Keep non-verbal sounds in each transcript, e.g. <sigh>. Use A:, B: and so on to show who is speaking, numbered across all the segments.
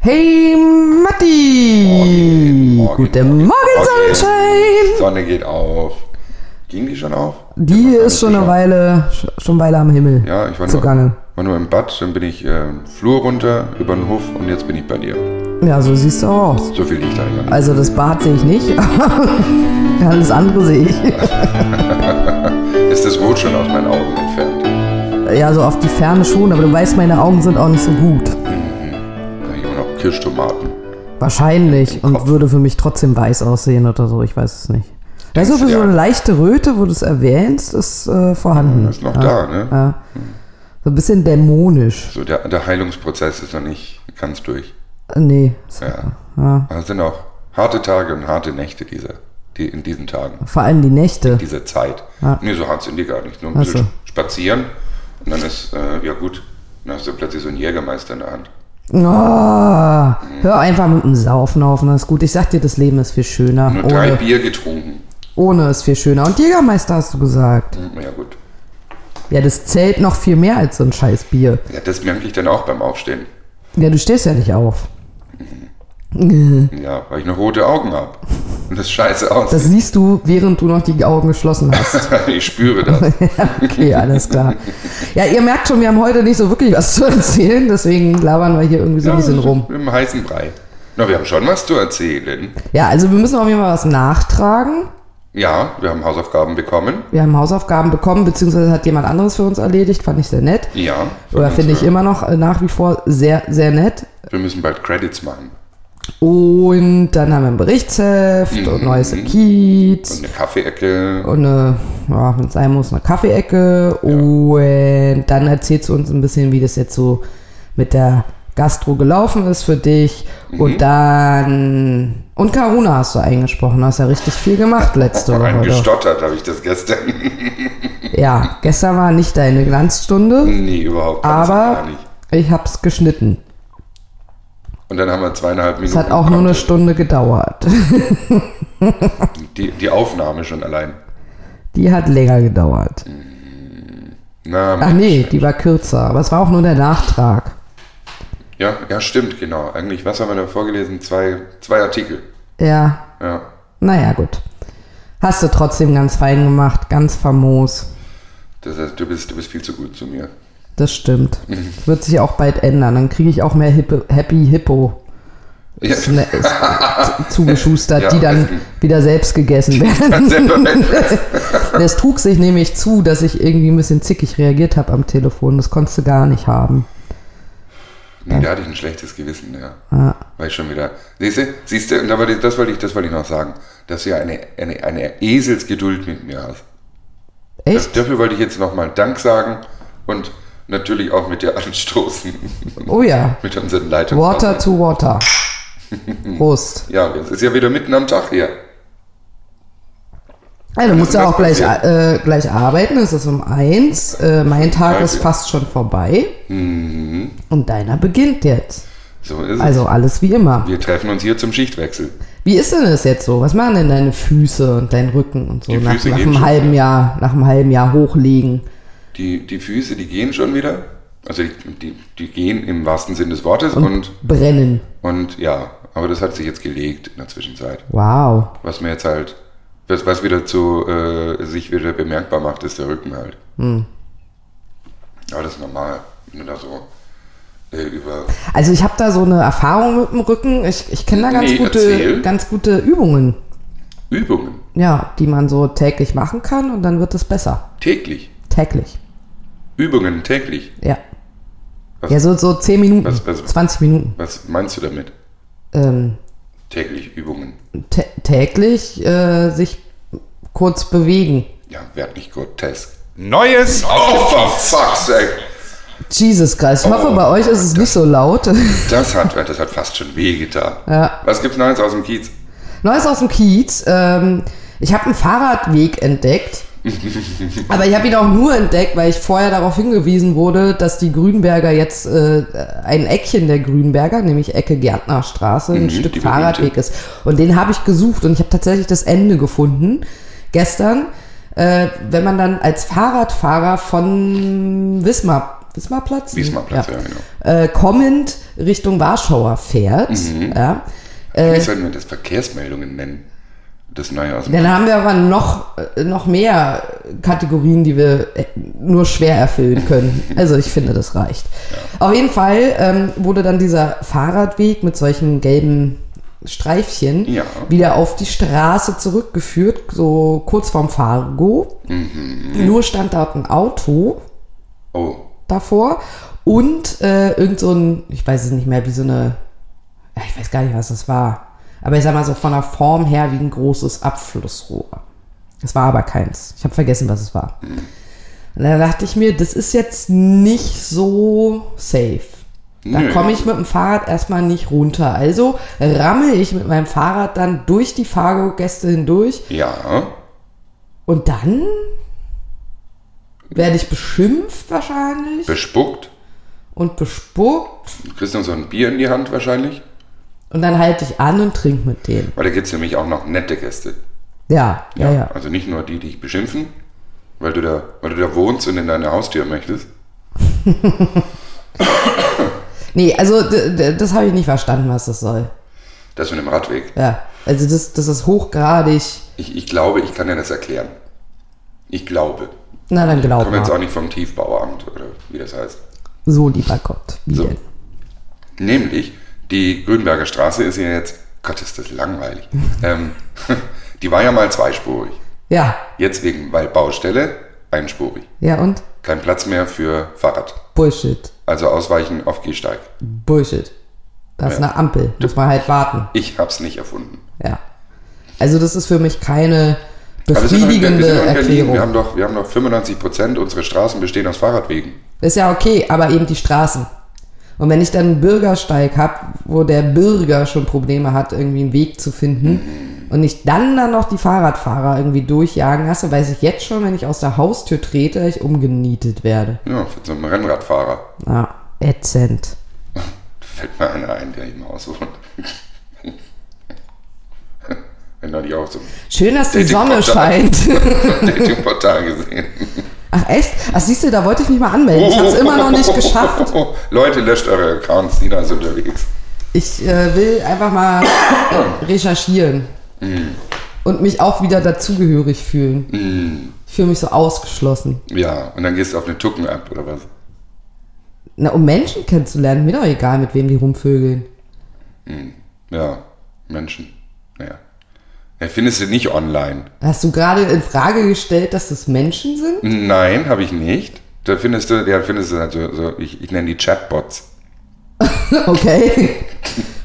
A: Hey Matti!
B: Morgen, morgen,
A: Guten Morgen,
B: morgen, morgen.
A: Sonnenschein!
B: Sonne geht auf. Ging die schon auf?
A: Die
B: Ja,
A: ist schon eine Weile, sch- schon Weile am Himmel
B: Ja, ich war
A: zugange.
B: nur, war nur im Bad, dann bin ich ähm, Flur runter, über den Hof und jetzt bin ich bei dir.
A: Ja, so siehst du auch aus.
B: So viel liegt da nicht an.
A: Also das Bad sehe ich nicht, <laughs> alles andere sehe ich.
B: Ist das Rot schon aus meinen Augen entfernt?
A: Ja, so auf die Ferne schon, aber du weißt, meine Augen sind auch nicht so gut.
B: Da hab ich immer noch Kirschtomaten.
A: Wahrscheinlich. Und
B: Kopf.
A: würde für mich trotzdem weiß aussehen oder so, ich weiß es nicht. Weißt du,
B: Denkst du dir
A: so eine
B: an?
A: leichte Röte, wo du es erwähnst, ist äh, vorhanden.
B: Ist noch da, ne?
A: Ja. So ein bisschen dämonisch.
B: So, der, der Heilungsprozess ist noch nicht ganz durch.
A: Äh, Nee.
B: Ja.
A: Ja.
B: Aber es sind auch harte Tage und harte Nächte diese, die, in diesen Tagen,
A: Vor allem die Nächte.
B: diese Zeit.
A: Ja.
B: Nee, so hart sind die gar nicht. Nur ein
A: Ach so.
B: bisschen spazieren und dann ist, äh, ja gut, dann hast du plötzlich so einen Jägermeister in der Hand.
A: Oh, hör einfach mit dem Saufen auf und das ist gut. Ich sag dir, das Leben ist viel schöner.
B: Nur drei
A: Ohne,
B: Bier getrunken.
A: ohne ist viel schöner. Und Jägermeister hast du gesagt.
B: Hm, Ja gut.
A: Ja, das zählt noch viel mehr als so ein scheiß Bier.
B: Ja, das merke ich dann auch beim Aufstehen.
A: Ja, du stehst ja nicht auf.
B: Ja, weil ich noch rote Augen habe. Und das scheiße aus.
A: Hm. Das siehst du, während du noch die Augen geschlossen hast.
B: <laughs>
A: <laughs>
B: ich spüre das.
A: Okay, alles klar. Ja, ihr merkt schon, wir haben heute nicht so wirklich was zu erzählen, deswegen labern wir hier irgendwie so <laughs> ein bisschen rum.
B: Im heißen Brei. Na, wir haben schon was zu erzählen.
A: Ja, also wir müssen auf jeden Fall was nachtragen.
B: Ja, wir haben Hausaufgaben bekommen.
A: Wir haben Hausaufgaben bekommen, beziehungsweise hat jemand anderes für uns erledigt, fand ich sehr nett.
B: Ja.
A: Oder finde ich
B: wir,
A: immer noch äh, nach wie vor sehr, sehr nett.
B: wir müssen bald Credits machen.
A: Und dann haben wir ein
B: Mhm.
A: Berichtsheft und Neues im
B: Und
A: Kiez
B: eine Kaffeeecke.
A: und eine, ja, wenn es sein muss, eine Kaffeeecke. Und dann erzählst du uns ein bisschen, wie das jetzt so mit der Gastro gelaufen ist für dich.
B: Mhm.
A: Und dann. Und Karuna hast du eingesprochen, hast ja richtig viel gemacht letzte
B: Vor allem
A: Woche. doch.
B: gestottert habe ich das gestern. <laughs>
A: Ja, gestern war nicht deine Glanzstunde,
B: nee, überhaupt Mhm. ganz und
A: aber
B: gar nicht.
A: ich hab's geschnitten.
B: Und dann haben wir zweieinhalb Minuten.
A: Es hat auch nur eine
B: Content.
A: Stunde gedauert.
B: die, die Aufnahme schon allein.
A: Die hat länger gedauert.
B: Na,
A: Ach nee, die war kürzer. Aber es war auch nur der Nachtrag.
B: Ja, ja, stimmt, genau. Eigentlich, was haben wir da vorgelesen? Zwei, zwei Artikel.
A: Ja,
B: Ja.
A: naja, gut. Hast du trotzdem ganz fein gemacht, ganz famos.
B: Das heißt, du bist, du bist viel zu gut
A: <laughs>
B: zu mir.
A: Das stimmt.
B: Mhm.
A: Wird sich auch bald ändern. Dann kriege ich auch mehr Hippe, Happy Hippo
B: Ja.
A: zu- ne-
B: <laughs>
A: zu- zugeschustert,
B: Ja,
A: die dann
B: besten.
A: wieder selbst gegessen
B: <laughs>
A: werden. das trug sich nämlich zu, dass ich irgendwie ein bisschen zickig reagiert habe am Telefon. Das konntest du gar nicht haben.
B: Nee, da hatte ich ein schlechtes Gewissen, ja.
A: Ja.
B: Weil ich schon wieder. Siehst du, siehst du, und da wollte ich, das wollte ich, das wollte ich noch sagen, dass du ja eine, eine, eine Eselsgeduld mit mir hast. Das,
A: Echt?
B: dafür wollte ich jetzt nochmal Dank sagen und natürlich auch mit dir anstoßen. <laughs>
A: Oh ja.
B: mit unseren Leitungen.
A: Water to
B: <laughs>
A: Water. Prost.
B: Ja, es ist ja wieder mitten am Tag hier.
A: Ja, Also, du musst ja auch
B: Das
A: gleich,
B: passiert.
A: äh, gleich arbeiten. Es ist um eins. Äh, mein Tag
B: Scheiße.
A: ist fast schon vorbei.
B: Mhm.
A: Und deiner beginnt jetzt.
B: So ist
A: Also alles wie immer.
B: es. Wir treffen uns hier zum Schichtwechsel.
A: Wie ist denn das jetzt so? Was machen denn deine Füße und dein Rücken und so
B: Die
A: nach,
B: Füße
A: nach
B: gehen
A: einem
B: schon.
A: halben Jahr, nach einem halben Jahr hochlegen?
B: Die, die Füße, die gehen schon wieder. Also die, die, die gehen im wahrsten Sinn des Wortes und,
A: Brennen.
B: und ja, aber das hat sich jetzt gelegt in der Zwischenzeit.
A: Wow.
B: Was mir jetzt halt, was, was wieder zu äh, sich wieder bemerkbar macht, ist der Rücken halt. Aber das ist normal, wenn du da so äh, über.
A: Also ich habe da so eine Erfahrung mit dem Rücken. Ich, ich kenne da ganz,
B: Nee,
A: gute,
B: erzähl.
A: ganz gute Übungen,
B: Übungen,
A: ja, die man so täglich machen kann und dann wird es besser.
B: täglich.
A: Täglich.
B: Übungen täglich.
A: Ja.
B: Was-
A: ja, so, so 10 Minuten,
B: Was- was-
A: 20 Minuten.
B: Was meinst du damit?
A: Ähm,
B: Täglich Übungen.
A: tä täglich äh, sich kurz bewegen.
B: Ja, werd nicht grotesk. Neues! Oh, for fuck's sake!
A: Jesus Christ. Ich hoffe,
B: Oh.
A: bei euch ist es nicht so laut. <laughs>
B: Das hat, das hat fast schon wehgetan.
A: Ja.
B: Was gibt's Neues aus dem Kiez?
A: Neues aus dem Kiez. Ähm, ich habe einen Fahrradweg
B: <laughs>
A: entdeckt. Aber ich habe ihn auch nur entdeckt, weil ich vorher darauf hingewiesen wurde, dass die Grünberger jetzt äh, ein Eckchen der Grünberger, nämlich Ecke Gärtnerstraße, ein
B: Mhm,
A: Stück
B: die berühmte.
A: Fahrradweg ist. Und den habe ich gesucht und ich habe tatsächlich das Ende gefunden gestern. Äh, wenn man dann als Fahrradfahrer von Wismar Wismarplatz?
B: Wismarplatz, ja, Mhm. genau.
A: Äh, kommend Richtung Warschauer fährt. Ja. Äh.
B: Wie sollten wir das Verkehrsmeldungen nennen? Das neue aus dem
A: Dann haben wir aber noch, äh, noch mehr Kategorien, die wir äh, nur schwer erfüllen können. Also ich finde, das reicht. Auf jeden Fall ähm, wurde dann dieser Fahrradweg mit solchen gelben Streifchen
B: Ja.
A: wieder auf die Straße zurückgeführt, so kurz vorm Fargo. Nur stand dort ein Auto
B: Oh,
A: davor und äh, irgend so ein, ich weiß es nicht mehr, wie so eine, ja, ich weiß gar nicht, was das war. Aber ich sag mal so von der Form her wie ein großes Abflussrohr. Es war aber keins. Ich habe vergessen, was es war. Und dann dachte ich mir, das ist jetzt nicht so safe. Da
B: Nö.
A: komme ich mit dem Fahrrad erstmal nicht runter. Also rammel ich mit meinem Fahrrad dann durch die Fahrgäste hindurch
B: ja.
A: und dann werde ich beschimpft wahrscheinlich
B: Bespuckt.
A: und bespuckt
B: Du kriegst noch so ein Bier in die Hand wahrscheinlich.
A: und dann halte ich an und trinke mit denen.
B: Weil da gibt es nämlich auch noch nette Gäste.
A: Ja, ja, ja.
B: Also nicht nur die, die dich beschimpfen, weil du da, weil du da wohnst und in deine Haustür möchtest.
A: Nee, also d- d- das habe ich nicht verstanden, was das soll.
B: Das mit dem Radweg.
A: Ja, also das, das ist hochgradig.
B: Ich, ich glaube, ich kann dir das erklären. Ich glaube.
A: Na, dann glaub
B: Komme jetzt auch
A: mal.
B: nicht vom Tiefbauamt oder wie das heißt.
A: So, lieber Gott. Wie
B: So.
A: denn?
B: Nämlich, die Grünberger Straße ist ja jetzt, Gott, ist das langweilig. ähm, <laughs> die war ja mal zweispurig.
A: Ja,
B: Jetzt wegen weil Baustelle einspurig.
A: ja und?
B: Kein Platz mehr für Fahrrad.
A: Bullshit.
B: Also ausweichen auf Gehsteig.
A: Bullshit. Da ist
B: Ja.
A: eine Ampel. Muss man halt warten.
B: Ich hab's nicht erfunden.
A: Ja. Also das ist für mich keine
B: Aber wir sind doch in-
A: befriedigende
B: wir sind doch in Berlin.
A: Erklärung.
B: Wir haben doch, wir haben doch 95 Prozent unserer Straßen bestehen aus Fahrradwegen.
A: Ist ja okay, aber eben die Straßen. Und wenn ich dann einen Bürgersteig habe, wo der Bürger schon Probleme hat, irgendwie einen Weg zu finden und ich dann dann noch die Fahrradfahrer irgendwie durchjagen lasse, weiß ich jetzt schon, wenn ich aus der Haustür trete, ich umgenietet werde.
B: Ja, von so einem Rennradfahrer.
A: Ah, ätzend.
B: Fällt mir einer ein, der immer auswohnt. <laughs> Wenn da nicht auch so
A: Schön, dass die
B: Dating
A: Sonne
B: Portal.
A: scheint. <laughs>
B: ein Datingportal gesehen.
A: Ach echt? Ach siehst du, da wollte ich mich mal anmelden. Ich habe es immer noch
B: <laughs>
A: nicht geschafft.
B: Leute, löscht eure Accounts, Nina ist unterwegs.
A: Ich äh, will einfach
B: <coughs>
A: mal äh, recherchieren
B: Mm.
A: und mich auch wieder dazugehörig fühlen.
B: Mm.
A: Ich fühle mich so ausgeschlossen.
B: Ja, und dann gehst du auf eine Tucken-App oder was?
A: Na, um Menschen kennenzulernen, mir doch egal, mit wem die rumvögeln.
B: Ja, Menschen. Naja. Ja, findest du nicht online?
A: Hast du gerade in Frage gestellt, dass das Menschen sind?
B: Nein, habe ich nicht. Da findest du, ja, findest du halt so, so ich, ich nenne die Chatbots.
A: <laughs>
B: <laughs>
A: Okay.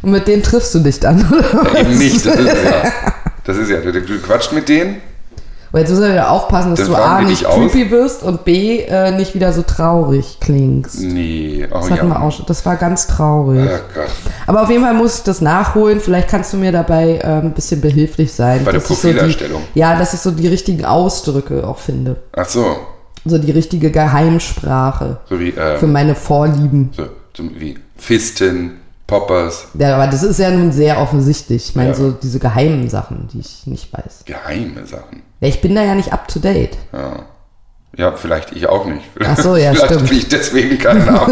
A: Und mit denen triffst du dich dann, oder?
B: Eben nicht. Das ist ja, das ist ja du, du quatscht mit denen.
A: Weil jetzt müssen wir wieder aufpassen, dass
B: Dann
A: du A,
B: fragen die
A: nicht
B: dich aus.
A: creepy wirst und B, äh, nicht wieder so traurig klingst.
B: Nee, oh
A: Das hatten wir
B: ja.
A: auch schon. Das war ganz traurig.
B: Oh Gott.
A: Aber auf jeden Fall muss ich das nachholen. Vielleicht kannst du mir dabei äh, ein bisschen behilflich sein.
B: Bei der
A: dass ich so die-
B: Profilerstellung.
A: Ja, dass ich so die richtigen Ausdrücke auch finde.
B: Ach so,
A: So die richtige Geheimsprache
B: so wie,
A: für
B: äh,
A: meine Vorlieben.
B: so, so wie Fisten, Poppers,
A: Ja, aber das ist ja nun sehr offensichtlich. Ich meine,
B: Ja.
A: so diese geheimen Sachen, die ich nicht weiß.
B: geheime Sachen.
A: Ja, ich bin da ja nicht up to date.
B: Ja. ja, vielleicht ich auch nicht.
A: Ach so, ja,
B: vielleicht
A: stimmt.
B: bin ich deswegen keinen ab.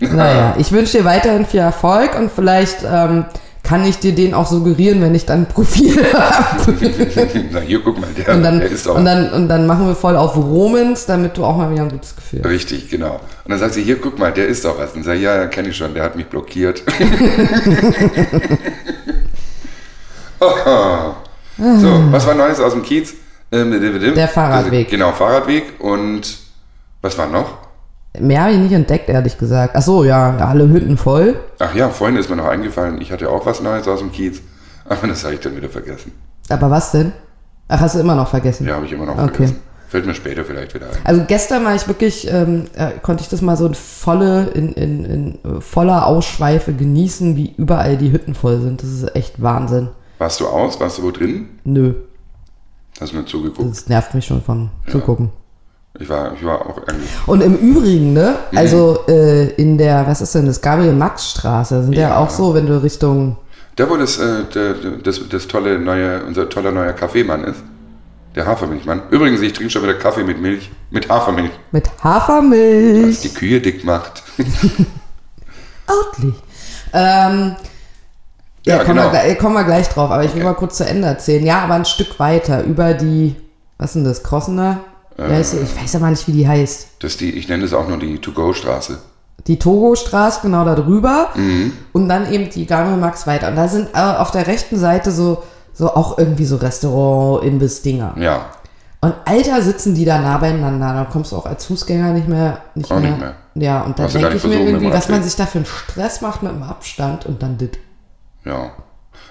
A: Naja, ich wünsche dir weiterhin viel Erfolg und vielleicht ähm, kann ich dir den auch suggerieren, wenn ich dann ein Profil <laughs> habe.
B: Na, hier, guck mal, der,
A: Und dann,
B: der ist doch
A: und, dann, und dann machen wir voll auf Romans, damit du auch mal wieder ein gutes Gefühl hast.
B: Richtig, genau. Und dann sagt sie, hier, guck mal, der ist doch was. Und sag, ich, ja, ja, kenne ich schon, der hat mich
A: <laughs>
B: blockiert. Haha. Oh. so, was war Neues aus dem Kiez? Ähm,
A: Der Fahrradweg.
B: Genau, Fahrradweg. Und was war noch?
A: Mehr habe ich nicht entdeckt, ehrlich gesagt. Ach so, ja, alle Hütten voll.
B: Ach ja, vorhin ist mir noch eingefallen, ich hatte auch was Neues aus dem Kiez. Aber das habe ich dann wieder vergessen.
A: Aber was denn? Ach, hast du immer noch vergessen?
B: Ja, habe ich immer noch
A: Okay.
B: vergessen. Fällt mir später vielleicht wieder ein.
A: Also gestern war ich wirklich, ähm, äh, konnte ich das mal so in volle, in, in, in äh, voller Ausschweife genießen, wie überall die Hütten voll sind. Das ist echt Wahnsinn.
B: Warst du aus? Warst du wo drin?
A: Nö,
B: Hast du nur zugeguckt?
A: das nervt mich schon von zugucken.
B: Ich war, ich war auch irgendwie.
A: Und im Übrigen, ne,
B: Mhm.
A: also äh, in der, was ist denn das, Gabriel-Max-Straße, da sind ja.
B: Ja.
A: auch so, wenn du Richtung,
B: Da wo das, äh, der, das, das tolle neue, unser toller neuer Kaffeemann ist. Der Hafermilchmann. Übrigens, ich trinke schon wieder Kaffee mit Milch. Mit Hafermilch.
A: Mit
B: Was
A: Hafermilch.
B: die Kühe dick macht. <laughs>
A: Ordentlich. Ähm, ja,
B: Ja,
A: kommen,
B: genau.
A: wir, gleich- kommen wir gleich drauf, aber ich will
B: Okay.
A: mal kurz zu Ende erzählen. Ja, aber ein Stück weiter über die, was ist denn das, Krossener?
B: Äh.
A: Wie heißt die? ich weiß aber nicht, wie die heißt.
B: Das ist die, ich nenne das auch nur die To-Go-Straße.
A: Die Togo-Straße, genau da drüber.
B: Mhm.
A: Und dann eben die Gammelmax weiter. Und da sind äh, auf der rechten Seite so, so auch irgendwie so Restaurant-Imbiss-Dinger.
B: Ja,
A: Und Alter sitzen die da nah beieinander. Da kommst du auch als Fußgänger nicht mehr. Nicht,
B: Auch
A: mehr.
B: nicht mehr.
A: Ja, und da
B: Hast du gar
A: denke ich mir
B: nicht versuchen,
A: irgendwie,
B: wenn man
A: was man
B: erzählt.
A: sich da für einen Stress macht mit dem Abstand und dann dit.
B: ja.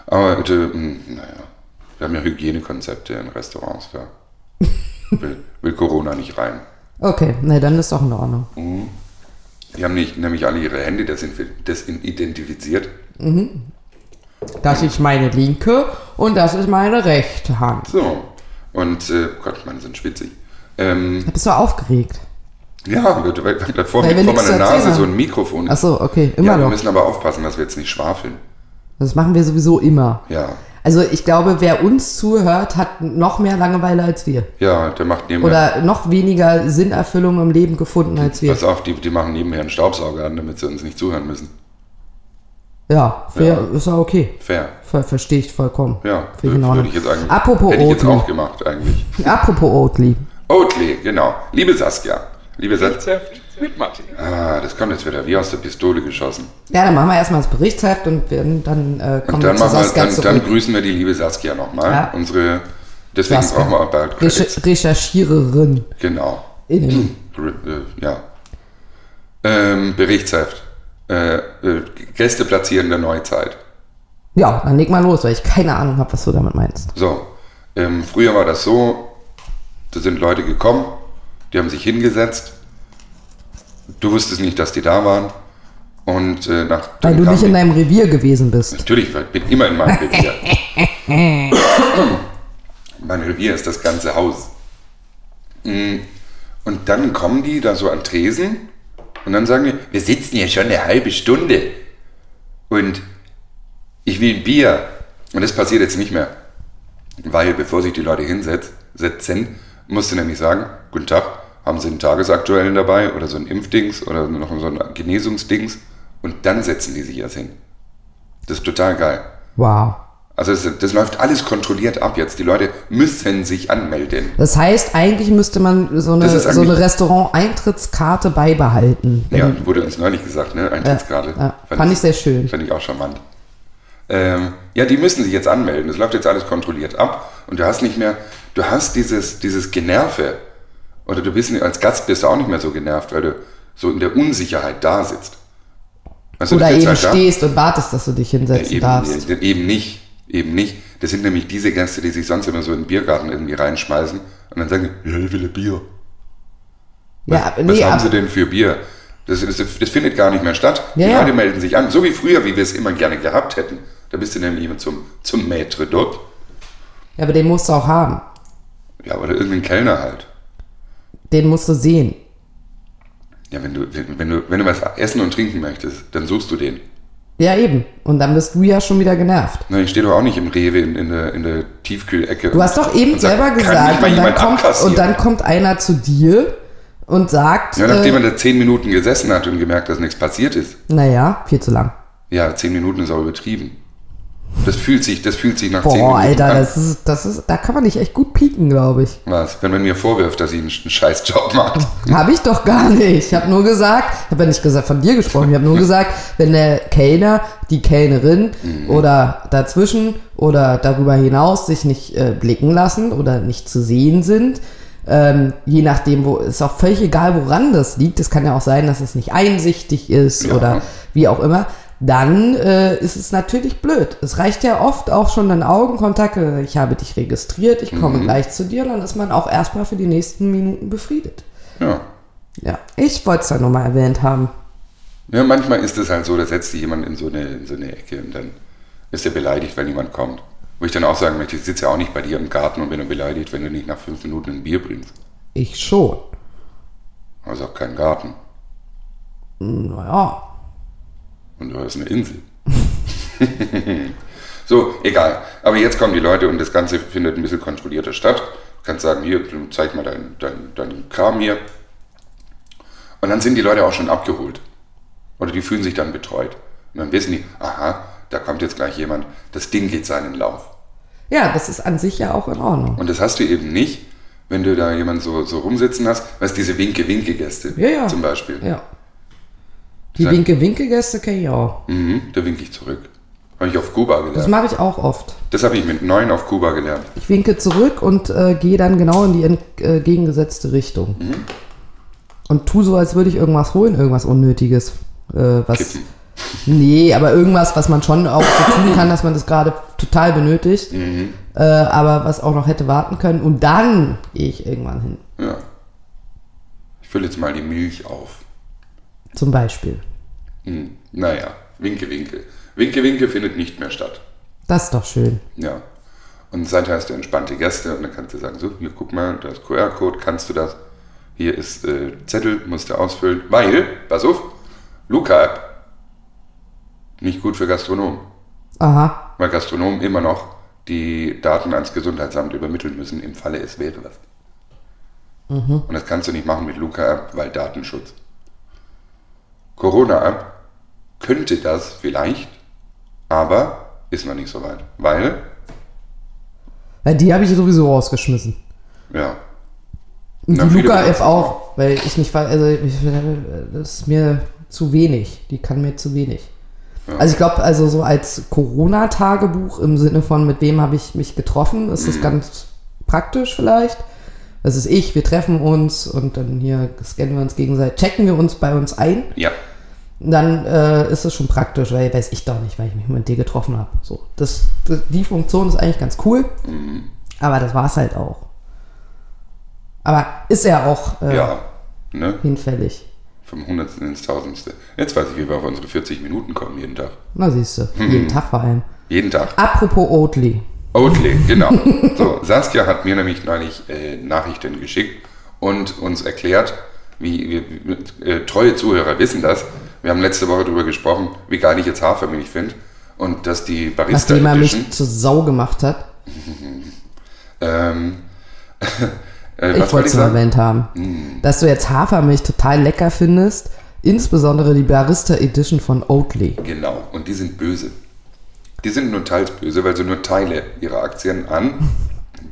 B: Aber, äh, mh, naja. Wir haben ja Hygienekonzepte in Restaurants, ja. Will, will Corona nicht rein.
A: Okay, ne, dann ist doch in Ordnung.
B: Die haben nicht, nämlich alle ihre Hände desinf- desidentifiziert.
A: Das ist meine linke und das ist meine rechte Hand.
B: So. Und, äh, Gott, meine sind schwitzig. Ähm,
A: Da bist du aufgeregt.
B: ja, weil, weil, weil vor,
A: Weil wir
B: vor
A: nichts zu
B: meiner Nase
A: erzählen
B: so
A: haben.
B: ein Mikrofon ist.
A: Achso, okay, immer
B: Ja, wir
A: noch.
B: müssen aber aufpassen, dass wir jetzt nicht schwafeln.
A: Das machen wir sowieso immer.
B: Ja.
A: Also ich glaube, wer uns zuhört, hat noch mehr Langeweile als wir.
B: Ja, der macht nebenher.
A: Oder noch weniger Sinnerfüllung im Leben gefunden als wir.
B: Pass auf, die, die machen nebenher einen Staubsauger an, damit sie uns nicht zuhören müssen.
A: Ja, fair,
B: Ja.
A: ist ja okay.
B: Fair.
A: Ver Verstehe ich vollkommen.
B: Ja,
A: Finde ich in
B: wür-
A: Ordnung.
B: würde ich jetzt eigentlich.
A: Apropos
B: Hätte ich jetzt
A: Oatly.
B: auch gemacht, eigentlich.
A: Apropos Oatly.
B: Oatly, genau. Liebe Saskia. Liebe Saskia.
C: mit Martin.
B: Ah, das kommt jetzt wieder wie aus der Pistole geschossen.
A: Ja, dann machen wir erstmal das Berichtsheft und werden, dann äh, kommen
B: Und
A: wir
B: dann,
A: zu
B: machen wir,
A: Saskia
B: dann,
A: zurück.
B: dann grüßen wir die liebe Saskia nochmal.
A: Ja.
B: Unsere. Deswegen
A: Saskia.
B: brauchen wir auch bald Credits.
A: Recher Recherchiererin.
B: Genau.
A: Innen.
B: Re- äh, Ja. Ähm, Berichtsheft. Äh, äh, Gäste platzieren der Neuzeit.
A: Ja, dann leg mal los, weil ich keine Ahnung habe, was du damit meinst.
B: So, ähm, früher war das so, da sind Leute gekommen, die haben sich hingesetzt. Du wusstest nicht, dass die da waren. Und äh, nach
A: Weil
B: dann
A: du
B: kam
A: nicht in
B: die-
A: deinem Revier gewesen bist.
B: Natürlich, weil ich bin immer in meinem Revier. mein Revier ist das ganze Haus. Mm, Und dann kommen die da so an Tresen und dann sagen die, wir sitzen hier schon eine halbe Stunde und ich will ein Bier. Und das passiert jetzt nicht mehr. Weil bevor sich die Leute hinsetzen, musst du nämlich sagen, guten Tag, haben sie einen Tagesaktuellen dabei oder so ein Impfdings oder noch so ein Genesungsdings und dann setzen die sich erst hin. Das ist total geil.
A: Wow.
B: Also das, das läuft alles kontrolliert ab jetzt. Die Leute müssen sich anmelden.
A: Das heißt, eigentlich müsste man so eine,
B: Das ist
A: so eine
B: eigentlich-
A: Restaurant-Eintrittskarte beibehalten.
B: Ja, wurde uns neulich gesagt, ne? Eintrittskarte.
A: Mhm. Ja, fand ich sehr schön.
B: Fand ich auch charmant. Ähm, ja, die müssen sich jetzt anmelden. Das läuft jetzt alles kontrolliert ab. Und du hast nicht mehr, du hast dieses, dieses Generve. Oder du bist nicht- als Gast bist du auch nicht mehr so genervt, weil du so in der Unsicherheit da sitzt. Weißt du, du
A: Oder
B: sitzt
A: eben
B: halt da.
A: stehst und wartest, dass du dich hinsetzen
B: eben,
A: darfst.
B: äh, Eben nicht, eben nicht. Das sind nämlich diese Gäste, die sich sonst immer so in den Biergarten irgendwie reinschmeißen und dann sagen, ja, ich will ein Bier.
A: Ja,
B: Was
A: nee,
B: haben sie
A: ab,
B: denn für Bier? Das, das, das findet gar nicht mehr statt.
A: Ja,
B: die
A: ja.
B: Leute melden sich an, so wie früher, wie wir es immer gerne gehabt hätten. Da bist du nämlich immer zum, zum Maître dort.
A: ja, aber den musst du auch haben.
B: Ja, oder irgendein Kellner halt.
A: Den musst du sehen.
B: Ja, wenn du, wenn, wenn du, wenn du was essen und trinken möchtest, dann suchst du den.
A: Ja, eben. Und dann bist du ja schon wieder genervt.
B: Na, ich stehe doch auch nicht im Rewe in, in, der, in der Tiefkühlecke.
A: Du hast doch eben
B: und sag,
A: selber
B: kann nicht
A: gesagt,
B: mal
A: und dann,
B: jemand
A: kommt,
B: abkassieren?
A: und dann kommt einer zu dir und sagt,
B: Ja, nachdem
A: äh,
B: man da zehn Minuten gesessen hat und gemerkt, dass nichts passiert ist.
A: naja, viel zu lang.
B: Ja, zehn Minuten ist auch übertrieben. Das fühlt sich, das fühlt sich nach zehn
A: Boah,
B: Minuten
A: Alter,
B: an.
A: das ist, das ist, da kann man dich echt gut pieken, glaube ich.
B: Was, wenn man mir vorwirft, dass ich einen sch- scheiß
A: <laughs>
B: Job mache.
A: Habe ich doch gar nicht. Ich habe nur gesagt, ich habe ja nicht gesagt von dir gesprochen, ich habe nur gesagt, wenn der Kellner, die Kellnerin oder dazwischen oder darüber hinaus sich nicht äh, blicken lassen oder nicht zu sehen sind, ähm, je nachdem, wo, ist auch völlig egal, woran das liegt. Es kann ja auch sein, dass es nicht einsichtig ist
B: Ja.
A: oder wie auch immer. Dann äh, ist es natürlich blöd. Es reicht ja oft auch schon ein Augenkontakt. äh, Ich habe dich registriert, ich komme gleich zu dir. Und dann ist man auch erstmal für die nächsten Minuten befriedet.
B: Ja.
A: Ja, ich wollte es ja nochmal erwähnt haben.
B: ja, manchmal ist es halt so, da setzt sich jemand in so, eine, in so eine Ecke und dann ist er beleidigt, wenn jemand kommt. Wo ich dann auch sagen möchte, ich sitze ja auch nicht bei dir im Garten und bin nur beleidigt, wenn du nicht nach fünf Minuten ein Bier bringst.
A: Ich schon.
B: Also auch kein Garten.
A: Naja.
B: Und du hast eine Insel. <laughs> so, egal. Aber jetzt kommen die Leute und das Ganze findet ein bisschen kontrollierter statt. Kannst sagen, hier, du zeig mal deinen dein, dein Kram hier. Und dann sind die Leute auch schon abgeholt. Oder die fühlen sich dann betreut. Und dann wissen die, aha, da kommt jetzt gleich jemand, das Ding geht seinen Lauf.
A: Ja, das ist an sich ja auch in Ordnung.
B: Und das hast du eben nicht, wenn du da jemanden so, so rumsitzen hast, was diese Winke-Winke-Gäste
A: Ja, ja.
B: zum Beispiel.
A: Ja. Die
B: Sag-
A: Winke-Winke-Gäste kenne ich auch.
B: Mhm, da winke ich zurück. Habe ich auf Kuba
A: Das
B: gelernt.
A: mache ich auch oft.
B: Das habe ich mit neun auf Kuba gelernt.
A: Ich winke zurück und äh, gehe dann genau in die ent- äh, gegengesetzte Richtung. Und tu so, als würde ich irgendwas holen, irgendwas Unnötiges. Äh, was,
B: Kippen.
A: Nee, aber irgendwas, was man schon auch so tun kann, dass man das gerade total benötigt, äh, aber was auch noch hätte warten können. Und dann gehe ich irgendwann hin.
B: Ja. Ich fülle jetzt mal die Milch auf.
A: Zum Beispiel.
B: Hm. Naja, Winke, Winke. Winke, Winke findet nicht mehr statt.
A: Das ist doch schön.
B: Ja. Und seither hast du entspannte Gäste und dann kannst du sagen, so, hier guck mal, da ist QR-Code, kannst du das? Hier ist äh, Zettel, musst du ausfüllen. Weil, pass auf, Luca App. Nicht gut für Gastronomen.
A: Aha.
B: Weil Gastronomen immer noch die Daten ans Gesundheitsamt übermitteln müssen, im Falle es wäre was. Und das kannst du nicht machen mit Luca App, weil Datenschutz. Corona App könnte das vielleicht, aber ist noch nicht so weit. Weil
A: Weil die habe ich sowieso rausgeschmissen.
B: Ja.
A: Und
B: Na,
A: die
B: viele
A: Luca
B: benutzen
A: F
B: es
A: auch, weil ich nicht weiß, also ich, das ist mir zu wenig. Die kann mir zu wenig. Also ich glaube, also so als Corona-Tagebuch im Sinne von, mit wem habe ich mich getroffen, ist das ganz praktisch vielleicht. Das ist ich, wir treffen uns und dann hier scannen wir uns gegenseitig, checken wir uns bei uns ein.
B: Ja.
A: Dann äh, ist es schon praktisch, weil weiß ich doch nicht, weil ich mich mit dir getroffen habe. So, das, das, die Funktion ist eigentlich ganz cool,
B: mhm,
A: aber das war es halt auch. Aber ist ja auch äh,
B: Ja. Ne?
A: hinfällig.
B: Vom Hundertsten ins Tausendste. Jetzt weiß ich, wie wir auf unsere 40 Minuten kommen jeden Tag.
A: Na siehst du,
B: Hm.
A: jeden Tag vor allem.
B: Jeden Tag.
A: Apropos Oatly.
B: Oatly, genau. So, Saskia hat mir nämlich neulich äh, Nachrichten geschickt und uns erklärt, wie, wie, wie äh, treue Zuhörer wissen das. Wir haben letzte Woche darüber gesprochen, wie geil ich jetzt Hafermilch finde und dass die Barista
A: Nachdem er
B: Edition
A: mich zur Sau gemacht hat.
B: ähm, <laughs> äh,
A: Ich
B: was wollte
A: wollte es
B: ich
A: nur
B: sagen? Hm.
A: erwähnt haben. Dass du jetzt Hafermilch total lecker findest. Insbesondere die Barista Edition von Oatly.
B: Genau, und die sind böse. Die sind nur teils böse, weil sie nur Teile ihrer Aktien an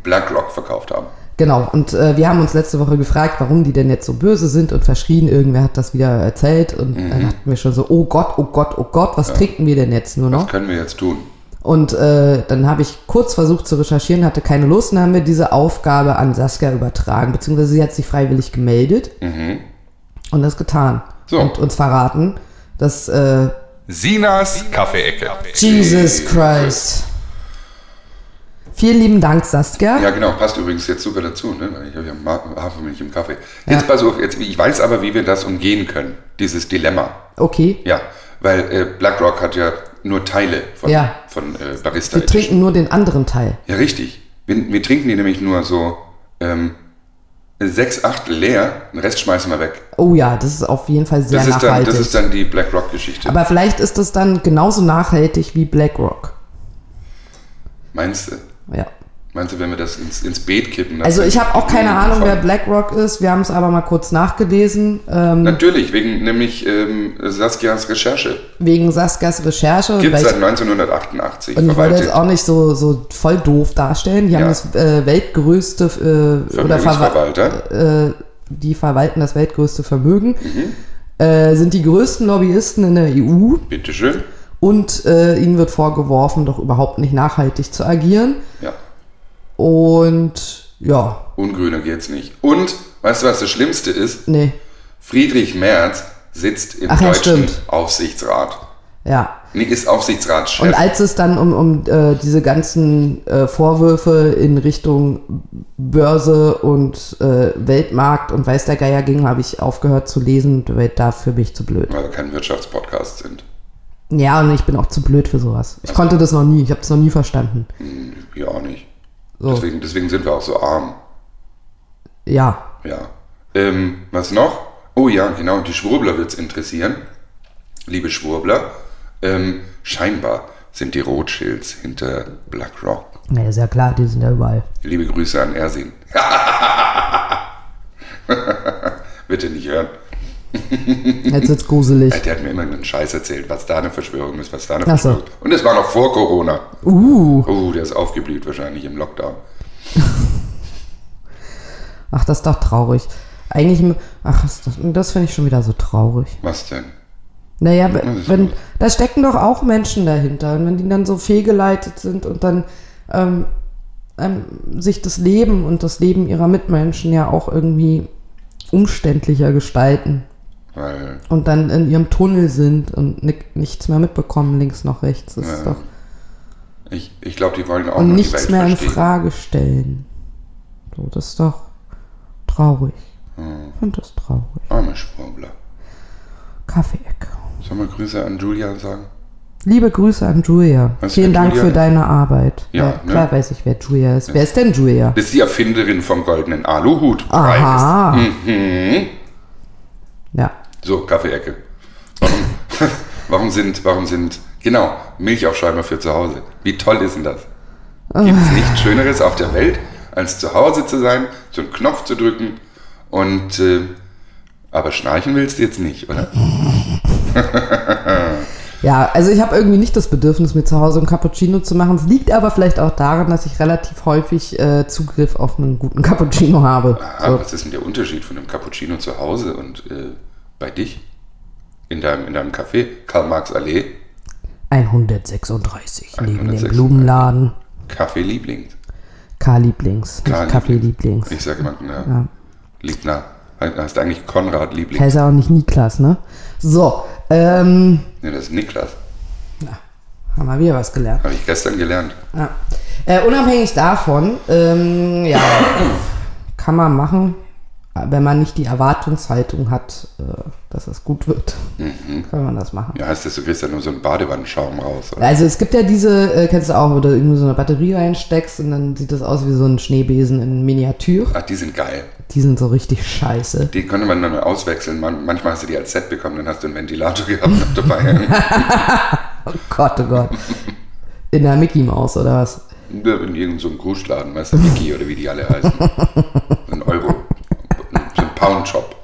B: BlackRock verkauft haben.
A: Genau, und äh, wir haben uns letzte Woche gefragt, warum die denn jetzt so böse sind und verschrien. Irgendwer hat das wieder erzählt und dann
B: Mhm.
A: dachten wir schon so, oh Gott, oh Gott, oh Gott, was trinken wir denn jetzt nur
B: Was
A: noch?
B: können wir jetzt tun?
A: Und äh, dann habe ich kurz versucht zu recherchieren, hatte keine Lust und dann haben wir diese Aufgabe an Saskia übertragen, beziehungsweise sie hat sich freiwillig gemeldet und das getan.
B: Mhm. So.
A: Und uns verraten, dass äh,
B: Sinas Kaffeeecke.
A: Jesus Christ. Vielen lieben Dank, Saskia.
B: Ja, genau, passt übrigens jetzt super dazu. Ne? Ich habe ja Ma- Hafermilch im Kaffee. Jetzt pass auf, jetzt, ich weiß aber, wie wir das umgehen können, dieses Dilemma.
A: Okay.
B: Ja, weil äh, BlackRock hat ja nur Teile von,
A: Ja.
B: von äh, Barista.
A: Wir trinken nur den anderen Teil.
B: Ja, richtig. Wir, wir trinken die nämlich nur so ähm, sechs Achtel leer, den Rest schmeißen wir weg.
A: Oh ja, das ist auf jeden Fall sehr
B: Das ist, dann,
A: nachhaltig.
B: das ist dann die BlackRock-Geschichte.
A: Aber vielleicht ist das dann genauso nachhaltig wie BlackRock.
B: Meinst du?
A: Ja.
B: Meinst du, wenn wir das ins, ins Beet kippen? dann
A: Also
B: sind
A: ich habe auch
B: die
A: keine
B: Blumen
A: Ahnung, wer
B: voll?
A: BlackRock ist. Wir haben es aber mal kurz nachgelesen. Ähm,
B: Natürlich, wegen nämlich ähm, Saskias Recherche.
A: wegen Saskias Recherche.
B: Gibt es
A: weil
B: seit
A: ich,
B: 1988.
A: und ich wollte
B: halt verwaltet.
A: jetzt auch nicht so, so voll doof darstellen. Die haben
B: Ja.
A: das äh, weltgrößte äh, oder verwa
B: Vermögensverwalter.
A: äh, die verwalten das weltgrößte Vermögen.
B: Mhm.
A: Äh, sind die größten Lobbyisten in der EU
B: Bitteschön.
A: und äh, ihnen wird vorgeworfen, doch überhaupt nicht nachhaltig zu agieren.
B: Ja.
A: Und ja,
B: Ungrüner geht's nicht. Und, weißt du, was das Schlimmste ist?
A: nee,
B: Friedrich Merz sitzt im
A: Ach ja,
B: deutschen
A: stimmt.
B: Aufsichtsrat.
A: ja.
B: Nee, ist Aufsichtsratschef.
A: Und als es dann um, um äh, diese ganzen äh, Vorwürfe in Richtung Börse und äh, Weltmarkt und weiß der Geier ging, habe ich aufgehört zu lesen, weil dafür bin ich zu blöd.
B: weil wir kein Wirtschaftspodcast sind.
A: Ja, und ich bin auch zu blöd für sowas. Ich konnte das noch nie, ich habe es noch nie verstanden.
B: Hm, wir auch nicht.
A: So,
B: Deswegen, deswegen sind wir auch so arm.
A: ja.
B: Ja. Ähm, was noch? Oh ja, genau, die Schwurbler wird's interessieren. Liebe Schwurbler, ähm, scheinbar sind die Rothschilds hinter BlackRock.
A: Ja, ist ja klar, die sind ja überall.
B: Liebe Grüße an Ersin. <laughs> Bitte nicht hören.
A: Jetzt wird's gruselig.
B: Der hat mir immer einen Scheiß erzählt, was da eine Verschwörung ist, was da eine
A: Ach so.
B: Verschwörung ist. Und es war noch vor Corona.
A: Uh.
B: Oh, der ist aufgeblüht wahrscheinlich im Lockdown.
A: Ach, das ist doch traurig. Eigentlich, m- ach, ist das, das finde ich schon wieder so traurig.
B: Was denn?
A: Naja, w-
B: das ist
A: wenn,
B: gut.
A: da stecken doch auch Menschen dahinter. Und wenn die dann so fehlgeleitet sind und dann ähm, ähm, sich das Leben und das Leben ihrer Mitmenschen ja auch irgendwie umständlicher gestalten
B: Weil,
A: und dann in ihrem Tunnel sind und ni nichts mehr mitbekommen, links noch rechts, ist
B: Ja,
A: doch,
B: ich, ich glaube, die wollen auch
A: und
B: nur die
A: nichts
B: Welt
A: mehr in
B: verstehen.
A: Frage stellen. So, das ist doch traurig. Ich finde das traurig.
B: Arme Hm, Schwurbler.
A: Kaffee-Ecke.
B: Sollen wir Grüße an Julia sagen?
A: Liebe Grüße an Julia.
B: Weißt du,
A: Vielen
B: wer
A: Dank
B: Julia
A: für
B: ist?
A: deine Arbeit.
B: Ja, ne?
A: Klar weiß ich, wer Julia ist. Wer ist denn Julia?
B: Das ist die Erfinderin vom goldenen Aluhut.
A: Aha.
B: Mhm.
A: Ja.
B: So, Kaffeeecke. Warum, <laughs> warum sind, warum sind, genau, Milchaufschäumer für zu Hause. Wie toll ist denn das? Gibt
A: Ah.
B: es nichts Schöneres auf der Welt, als zu Hause zu sein, so einen Knopf zu drücken und, äh, aber schnarchen willst du jetzt nicht, oder?
A: Ja, also ich habe irgendwie nicht das Bedürfnis, mir zu Hause einen Cappuccino zu machen. Es liegt aber vielleicht auch daran, dass ich relativ häufig äh, Zugriff auf einen guten Cappuccino habe.
B: Aha,
A: So.
B: was ist denn der Unterschied von einem Cappuccino zu Hause und äh, bei dich? In deinem, in deinem Café, Karl-Marx-Allee,
A: 136 neben dem
B: 136.
A: Blumenladen.
B: Kaffee Lieblings.
A: K-Lieblings, nicht
B: Karl-Lieblings.
A: Kaffee-Lieblings.
B: Ich sage immer, na,
A: Ja.
B: liegt nah. Heißt eigentlich Konrad Liebling.
A: Heißt ja auch nicht Niklas, ne? So, ähm,
B: Ne, das ist Niklas.
A: haben wir wieder was gelernt.
B: Habe ich gestern gelernt.
A: Ja. Äh, unabhängig davon, ähm, ja, kann man machen, wenn man nicht die Erwartungshaltung hat, äh, dass es gut wird, kann man das machen.
B: Ja, heißt das, du kriegst dann nur so einen Badewannenschaum raus. Oder?
A: Also es gibt ja diese, äh, kennst du auch, wo du irgendwie so eine Batterie reinsteckst und dann sieht das aus wie so ein Schneebesen in Miniatur.
B: Ach, Ah, die sind geil.
A: Die sind so richtig scheiße.
B: Die konnte man dann auswechseln. Man, manchmal hast du die als Set bekommen, dann hast du einen Ventilator <laughs> gehabt noch dabei.
A: Oh Gott, oh Gott. In der Mickey Maus oder was?
B: In irgendeinem so einem Kuschladen, weißt du, Mickey oder wie die alle heißen. So ein Euro. So ein Pound-Shop.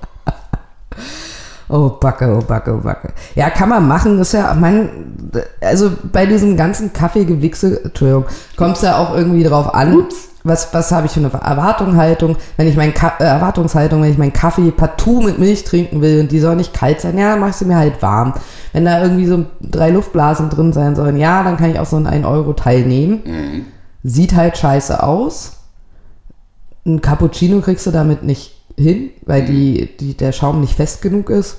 A: Oh Backe, oh Backe, oh Backe. Ja, kann man machen, ist ja, mein, also bei diesem ganzen Kaffeegewichse, Entschuldigung, kommt es ja auch irgendwie drauf an, was, was habe ich für eine Erwartungshaltung, wenn ich meinen Ka äh, Erwartungshaltung, wenn ich meinen Kaffee partout mit Milch trinken will und die soll nicht kalt sein, ja, dann machst du mir halt warm. Wenn da irgendwie so drei Luftblasen drin sein sollen, ja, dann kann ich auch so einen 1-Euro-Teil nehmen.
B: Mhm.
A: Sieht halt scheiße aus. Ein Cappuccino kriegst du damit nicht hin, weil die, die, der Schaum nicht fest genug ist.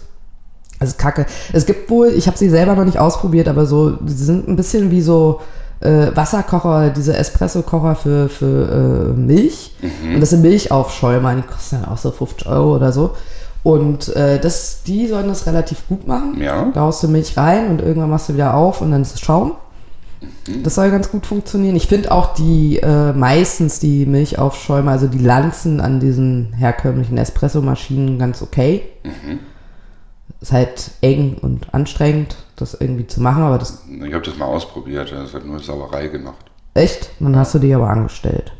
A: Also kacke. Es gibt wohl, ich habe sie selber noch nicht ausprobiert, aber so, die sind ein bisschen wie so äh, Wasserkocher, diese Espresso-Kocher für, für äh, Milch. Und das sind Milchaufschäumer, die kosten dann auch so 50 Euro oder so. Und äh, das, die sollen das relativ gut machen.
B: Ja.
A: Da haust du Milch rein und irgendwann machst du wieder auf und dann ist es Schaum.
B: Mhm.
A: Das soll ganz gut funktionieren. Ich finde auch die äh, meistens die Milchaufschäume, also die Lanzen an diesen herkömmlichen Espressomaschinen ganz okay.
B: Mhm.
A: Ist halt eng und anstrengend, das irgendwie zu machen, aber das
B: Ich habe das mal ausprobiert. Das hat nur Sauerei gemacht.
A: echt, dann hast du dich aber angestellt.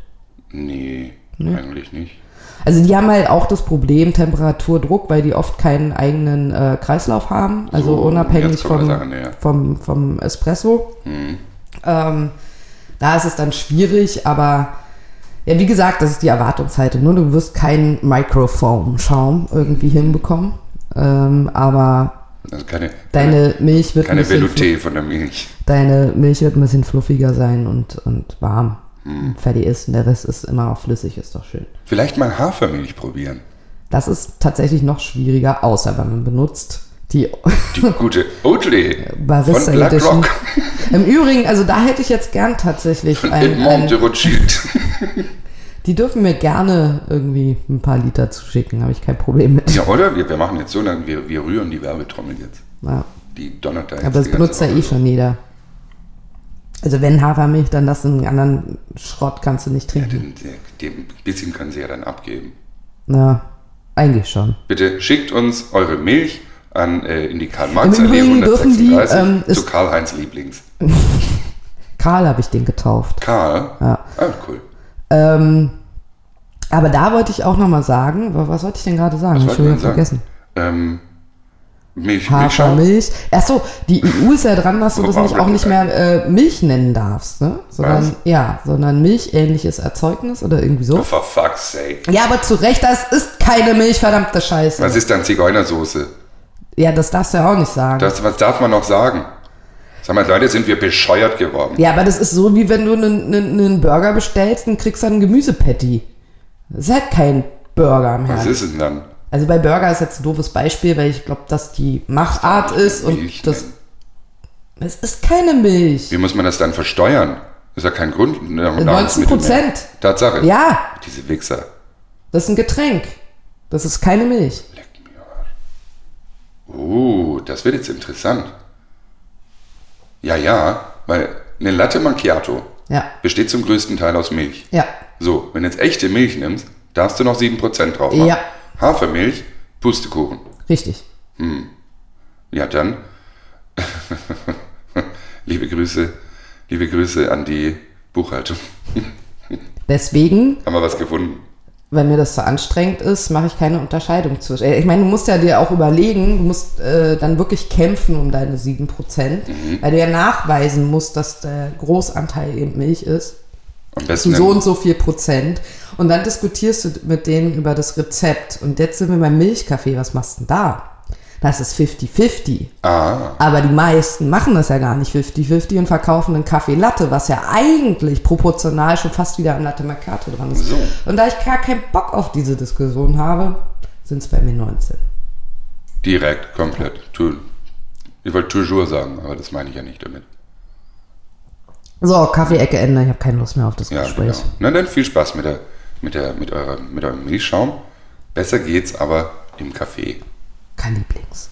B: Nee, eigentlich nicht.
A: Also die haben halt auch das Problem Temperatur, Druck, weil die oft keinen eigenen äh, Kreislauf haben, also
B: So,
A: unabhängig
B: jetzt kommt
A: vom,
B: das an, ja. Mhm.
A: vom, vom Espresso. Ähm, da ist es dann schwierig, aber ja, wie gesagt, das ist die Erwartungshaltung. Nur du wirst keinen Microfoam-Schaum irgendwie
B: Mhm.
A: hinbekommen, ähm, aber
B: Also keine,
A: deine Milch wird
B: keine
A: ein bisschen
B: Velouté von der Milch.
A: deine Milch wird ein bisschen fluffiger sein und, und warm.
B: Mhm.
A: Und fertig ist und der Rest ist immer auch flüssig, ist doch schön.
B: Vielleicht mal
A: <laughs>
B: Hafermilch probieren.
A: Das ist tatsächlich noch schwieriger, außer wenn man benutzt die
B: Die gute Oatly
A: Barista
B: von BlackRock. <laughs>
A: Im Übrigen, also da hätte ich jetzt gern tatsächlich ein,
B: Edmond de
A: ein,
B: Rothschild.
A: Die dürfen mir gerne irgendwie ein paar Liter zuschicken, habe ich kein Problem mit.
B: <laughs> Ja, oder? Wir, wir machen jetzt so lange, wir, wir rühren die Werbetrommel jetzt.
A: Ja.
B: Die donnert da jetzt.
A: Aber das
B: die
A: benutzt ja
B: ganze
A: eh schon jeder. Also wenn Hafermilch, dann das in einen anderen Schrott kannst du nicht
B: Woche.
A: trinken.
B: Den, den, den bisschen können sie ja dann abgeben.
A: Ja, eigentlich schon.
B: Bitte schickt uns eure Milch an, äh, in die
A: Im
B: Karl-Marx-Allee
A: Übrigen dürfen die,
B: 136
A: ähm,
B: zu
A: ist-
B: Karl-Heinz Lieblings.
A: Karl habe ich den getauft.
B: Karl.
A: Ja.
B: Ah, cool.
A: Ähm, aber da wollte ich auch nochmal sagen, wa- was wollte ich denn gerade sagen? Hab ich
B: wollte
A: schon
B: man
A: wieder
B: sagen?
A: vergessen.
B: Ähm, Milch, Milchschaum.
A: Hafermilch. Achso, die EU ist ja dran, dass du
B: Wo
A: das
B: waren
A: nicht,
B: wir
A: auch nicht mehr äh, Milch nennen darfst, ne? Sondern,
B: Was?
A: ja, sondern milchähnliches Erzeugnis oder irgendwie so.
B: Oh, For fuck's sake.
A: Ja, aber zu Recht, das ist keine Milch, verdammte Scheiße.
B: Was ist dann Zigeunersoße?
A: ja, das darfst du ja auch nicht sagen.
B: Das, was darf man noch sagen? Sag mal, Leute, sind wir bescheuert geworden.
A: ja, aber das ist so, wie wenn du einen, einen, einen Burger bestellst und kriegst dann einen Gemüsepatty. Das ist halt kein Burger mehr.
B: Was ist denn dann?
A: Also bei Burger ist jetzt ein doofes Beispiel, weil ich glaube, dass die Machart ist und
B: Milch
A: das.
B: nennen.
A: Es ist keine Milch.
B: Wie muss man das dann versteuern? Ist ja kein Grund. ne,
A: 19 Prozent.
B: Tatsache.
A: Ja,
B: Diese Wichser.
A: das ist ein Getränk. Das ist keine Milch.
B: Leck mir Arsch. Oh, das wird jetzt interessant. Ja, ja, weil eine Latte Macchiato
A: Ja,
B: besteht zum größten Teil aus Milch.
A: ja,
B: So, wenn du jetzt echte Milch nimmst, darfst du noch 7% drauf machen.
A: Ja.
B: Hafermilch, Pustekuchen.
A: richtig.
B: Ja, dann. <laughs> liebe Grüße, liebe Grüße an die Buchhaltung.
A: Deswegen,
B: Haben wir was gefunden?
A: wenn mir das zu anstrengend ist, mache ich keine Unterscheidung zwischen. äh, Ich meine, du musst ja dir auch überlegen, du musst äh, dann wirklich kämpfen um deine 7%, weil du ja nachweisen musst, dass der Großanteil eben Milch ist.
B: Am
A: zu
B: besten
A: so und so viel Prozent. Und dann diskutierst du mit denen über das Rezept. Und jetzt sind wir beim Milchkaffee. Was machst du denn da? Das ist 50-50.
B: Ah,
A: Aber die meisten machen das ja gar nicht 50-50 und verkaufen einen Kaffee Latte, was ja eigentlich proportional schon fast wieder an Latte Mercato dran ist.
B: So.
A: Und da ich gar keinen Bock auf diese Diskussion habe, sind es bei mir 19.
B: direkt, komplett. Tu- Ich wollte toujours sagen, aber das meine ich ja nicht damit.
A: So, Kaffee-Ecke Ende. Ich habe keine Lust mehr auf das
B: Ja,
A: Gespräch.
B: genau. Na dann viel Spaß mit, der, mit, der, mit, eurer, mit eurem Milchschaum. Besser geht's aber im Café.
A: Kein Lieblings.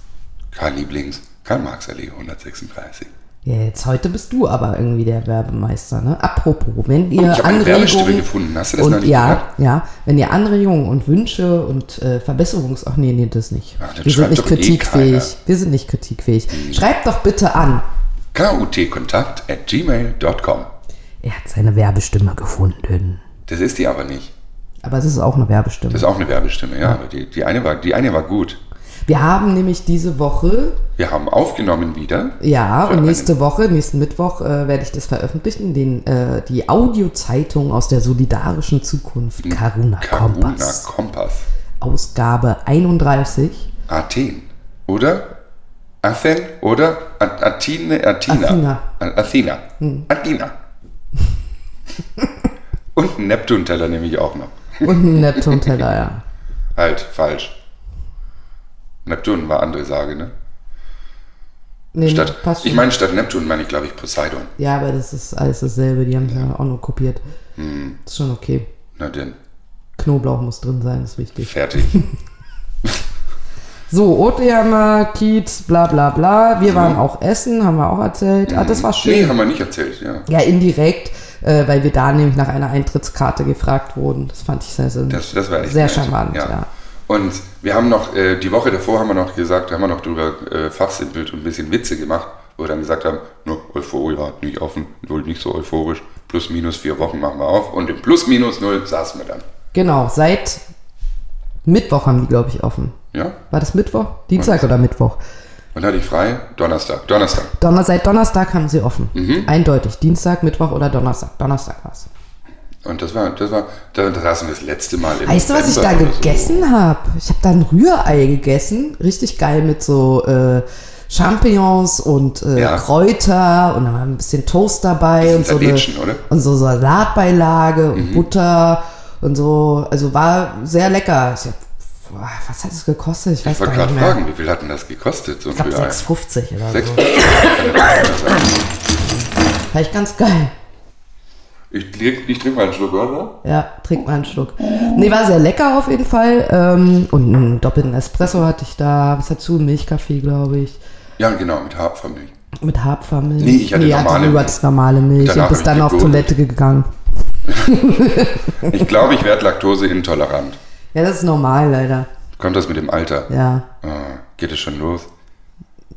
B: Karl Lieblings, Karl-Marx-Allee 136.
A: Ja, jetzt heute bist du aber irgendwie der Werbemeister, ne? Apropos, wenn ihr
B: ich habe eine Werbestimme
A: Anregungen
B: gefunden. Hast du das noch
A: und
B: nicht
A: ja,
B: gehört?
A: ja, wenn ihr Anregungen und Wünsche und äh, Verbesserungs, ach nee, nee, das nicht.
B: Ach, dann
A: Wir sind
B: schreibt
A: nicht
B: doch eh
A: kritikfähig.
B: keiner.
A: Wir sind nicht kritikfähig. Schreibt doch bitte an.
B: KUTkontakt at gmail.com.
A: Er hat seine Werbestimme gefunden.
B: Das ist die aber nicht.
A: Aber es ist auch eine Werbestimme.
B: Das ist auch eine Werbestimme, ja. Aber die, die, eine war, die eine war gut.
A: Wir haben nämlich diese Woche,
B: Wir haben aufgenommen wieder.
A: ja,
B: Für
A: und
B: einen-
A: nächste Woche, nächsten Mittwoch äh, werde ich das veröffentlichen, den, äh, die Audiozeitung aus der solidarischen Zukunft, Karuna
B: Karuna
A: Kompass,
B: Kompass.
A: Ausgabe 31.
B: Athen. Oder? Athen oder A- Athene, Athena.
A: Athena. Hm.
B: A- Athena. Athena. <laughs> Und einen Neptun-Teller nehme ich auch noch.
A: Und einen Neptun-Teller, ja.
B: Halt, falsch. Neptun war andere Sage, ne?
A: Nee,
B: Statt,
A: passt schon.
B: ich meine, statt Neptun meine ich, glaube ich, Poseidon.
A: ja, aber das ist alles dasselbe. Die haben es ja auch nur kopiert.
B: Hm.
A: Ist schon okay.
B: Na denn,
A: Knoblauch muss drin sein, ist wichtig. <laughs>
B: fertig.
A: So, Oteama, Kiez, bla bla bla. Wir
B: Mhm.
A: waren auch essen, haben wir auch erzählt. Ah, das war
B: Nee,
A: schön.
B: haben wir nicht erzählt, ja.
A: Ja, indirekt, äh, weil wir da nämlich nach einer Eintrittskarte gefragt wurden. Das fand ich sehr, sehr,
B: Das, das war echt
A: sehr
B: nett.
A: charmant, ja.
B: Und wir haben noch, äh, die Woche davor haben wir noch gesagt, haben wir noch drüber äh, fachsimpelt und ein bisschen Witze gemacht, wo wir dann gesagt haben, nur Euphorie war nicht offen, wohl nicht so euphorisch, plus minus vier Wochen machen wir auf und im plus minus null saßen wir dann.
A: Genau, seit Mittwoch haben die, glaube ich, offen.
B: Ja?
A: War das Mittwoch? Dienstag oder Mittwoch?
B: Und hatte ich frei? Donnerstag. Donnerstag.
A: Donner seit Donnerstag haben sie offen.
B: Mhm.
A: Eindeutig. Dienstag, Mittwoch oder Donnerstag. Donnerstag war's.
B: Und das war, das war, da, da saßen wir das letzte Mal im
A: Weißt du, was ich da
B: November oder so.
A: gegessen habe? Ich habe da ein Rührei gegessen. Richtig geil mit so äh, Champignons und äh,
B: Ja.
A: Kräuter und dann war ein bisschen Toast dabei
B: Bisschen
A: und so, eine,
B: Salätchen, oder? Mhm.
A: und so Salatbeilage und Butter und so. Also war sehr lecker. Ich hab, boah, was hat es gekostet? Ich weiß
B: Ich wollte
A: gar
B: gerade
A: nicht mehr.
B: fragen, wie viel hat denn das gekostet? So ein
A: ne. Ich glaube
B: Rührei?
A: 6,50 oder
B: Sechs.
A: so. <laughs> War ich ganz geil.
B: Ich, trink- ich trinke mal einen Schluck, oder?
A: Ja, trink mal einen Schluck. Nee, war sehr lecker auf jeden Fall. Ähm, und einen doppelten Espresso hatte ich da. Was dazu? Milchkaffee, glaube ich.
B: Ja, genau, mit Hafermilch.
A: Mit Hafermilch.
B: Nee, ich hatte normale
A: über
B: Milch.
A: das normale Milch.
B: Danach
A: und bist
B: hab ich
A: dann auf
B: gegurgelt.
A: Toilette gegangen.
B: Ich glaube, ich werde laktoseintolerant.
A: Ja, das ist normal, leider.
B: Kommt das mit dem Alter? Äh,
A: Ja.
B: Ah, geht es schon los?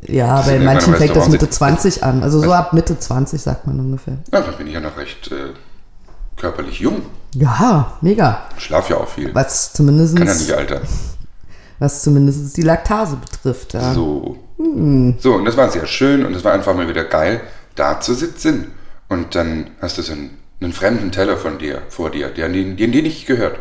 A: Ja,
B: sind
A: bei
B: in
A: manchen
B: meinem
A: fängt das
B: Restaurant
A: Mitte
B: sind-
A: 20 an. Also so ab Mitte 20 sagt man ungefähr.
B: Na, da bin ich ja noch recht äh, körperlich jung.
A: Ja, mega.
B: Schlaf ja auch viel.
A: Was
B: Kann ja nicht
A: zumindest,
B: altern.
A: was zumindest die Laktase betrifft. Ja. Hm.
B: So. So, und das war sehr schön und es war einfach mal wieder geil, da zu sitzen. Und dann hast du so einen, einen fremden Teller von dir, vor dir, der den, den, den nicht gehört.